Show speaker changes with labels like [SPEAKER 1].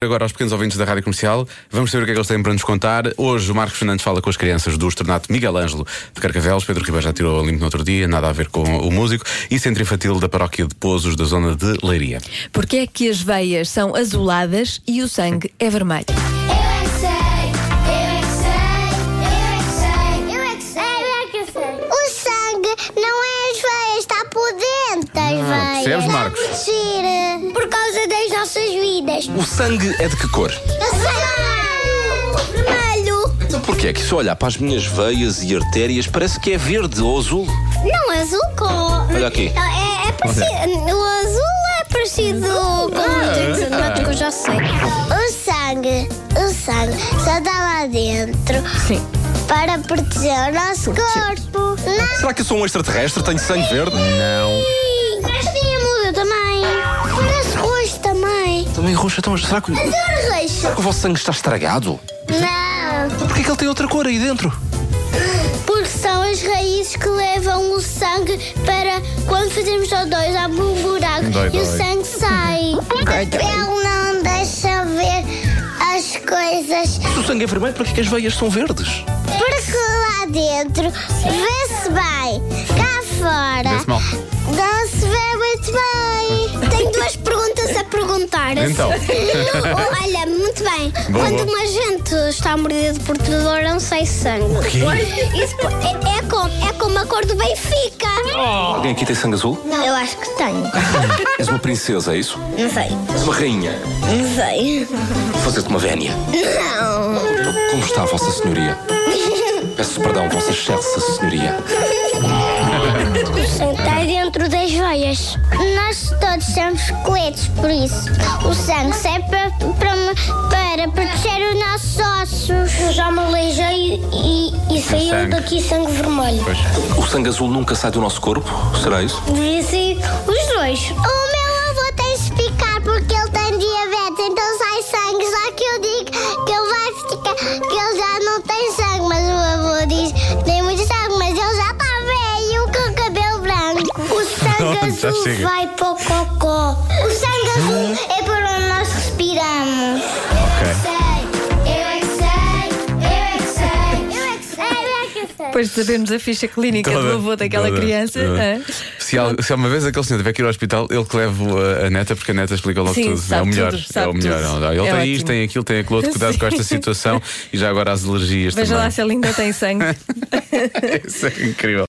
[SPEAKER 1] Agora aos pequenos ouvintes da Rádio Comercial, vamos saber o que é que eles têm para nos contar. Hoje o Marcos Fernandes fala com as crianças do Estornato Miguel Ângelo de Carcavelos, Pedro Ribeiro já tirou a limpo no outro dia, nada a ver com o músico, e Centro Infantil da Paróquia de Pozos, da zona de Leiria.
[SPEAKER 2] Porque é que as veias são azuladas e o sangue é vermelho?
[SPEAKER 3] Eu é que sei, eu é que sei, eu é que sei, eu é que sei, eu é que sei. O sangue não é as veias, está por dentro das
[SPEAKER 1] Ah,
[SPEAKER 3] veias.
[SPEAKER 1] percebes, Marcos?
[SPEAKER 3] Está a proteger por causa das nossas vidas.
[SPEAKER 4] O sangue é de que cor?
[SPEAKER 3] Eu sei. Vermelho.
[SPEAKER 4] Então porquê é que se eu olhar para as minhas veias e artérias parece que é verde ou azul?
[SPEAKER 3] Não, azul com...
[SPEAKER 4] Olha aqui.
[SPEAKER 3] Não, É, é parecido... O azul é parecido
[SPEAKER 4] é?
[SPEAKER 3] com... Ah, que eu já sei. O sangue, o sangue só dá lá dentro
[SPEAKER 2] Sim.
[SPEAKER 3] para proteger o nosso corpo. Não.
[SPEAKER 4] Será que eu sou um extraterrestre? Tenho sangue verde? Não.
[SPEAKER 3] Castanha é muda também. Parece roxo também.
[SPEAKER 4] Também roxa, então, será que, será
[SPEAKER 3] Adoro roxo.
[SPEAKER 4] que o vosso sangue está estragado?
[SPEAKER 3] Não,
[SPEAKER 4] Então porquê é que ele tem outra cor aí dentro?
[SPEAKER 3] porque são as raízes que levam o sangue para quando fazemos o dois abre um buraco
[SPEAKER 1] Dói,
[SPEAKER 3] e
[SPEAKER 1] dói.
[SPEAKER 3] o sangue sai. Ele não deixa ver as coisas
[SPEAKER 4] Se o sangue é vermelho, porquê é que as veias são verdes?
[SPEAKER 3] porque lá dentro vê-se bem. Cá fora
[SPEAKER 1] Vê-se mal.
[SPEAKER 3] não se vê muito bem. Tenho duas perguntas a perguntar.
[SPEAKER 1] Então.
[SPEAKER 3] No- olha, muito bem.
[SPEAKER 1] Boa,
[SPEAKER 3] Quando
[SPEAKER 1] boa.
[SPEAKER 3] uma gente está mordida por tudo, não sei sangue. Isso po- é, é como, é como a cor do Benfica.
[SPEAKER 1] Oh.
[SPEAKER 4] Oh. Alguém aqui tem sangue azul?
[SPEAKER 3] Não. Eu acho que tenho.
[SPEAKER 4] És uma princesa, é isso?
[SPEAKER 3] Não sei.
[SPEAKER 4] És uma rainha.
[SPEAKER 3] Não sei.
[SPEAKER 4] Vou Fazer-te uma vénia. Não. Como está a vossa senhoria? Peço perdão, vossa excelsa senhoria.
[SPEAKER 3] Está dentro das veias. Nós todos somos coletes, por isso o sangue serve para, para, para proteger os nossos ossos. Eu já me aleijei e, e saiu
[SPEAKER 1] sangue.
[SPEAKER 3] daqui sangue vermelho.
[SPEAKER 4] O sangue azul nunca sai do nosso corpo? Será isso?
[SPEAKER 3] Devia ser os dois. O meu avô tem de explicar porque ele tem diabetes, então sai sangue. Só que eu digo que ele vai ficar, que ele já não tem sangue, mas o avô diz tem muito sangue, mas ele já está velho com o cabelo branco. O sangue
[SPEAKER 1] Pronto, já
[SPEAKER 3] azul
[SPEAKER 1] chega.
[SPEAKER 3] vai para o cocó. O sangue azul é para onde nós respiramos. Eu é que sei, eu é que sei, eu é que sei, eu é que sei.
[SPEAKER 2] Depois de sabermos a ficha clínica é do avô daquela
[SPEAKER 1] toda,
[SPEAKER 2] criança. é?
[SPEAKER 1] toda.
[SPEAKER 2] hã?
[SPEAKER 1] Se, há, se há uma vez aquele senhor tiver que ir ao hospital, ele que leva a, a neta, porque a neta explica logo
[SPEAKER 2] Sim,
[SPEAKER 1] tudo. é o
[SPEAKER 2] sabe
[SPEAKER 1] melhor.
[SPEAKER 2] tudo,
[SPEAKER 1] é
[SPEAKER 2] sabe
[SPEAKER 1] o melhor.
[SPEAKER 2] tudo.
[SPEAKER 1] Não, Ele
[SPEAKER 2] É
[SPEAKER 1] tem
[SPEAKER 2] ótimo.
[SPEAKER 1] isto, tem aquilo, tem aquilo, outro cuidado com esta
[SPEAKER 2] Sim.
[SPEAKER 1] situação e já agora as alergias
[SPEAKER 2] Veja lá
[SPEAKER 1] também.
[SPEAKER 2] se ele ainda tem sangue.
[SPEAKER 1] Isso é incrível.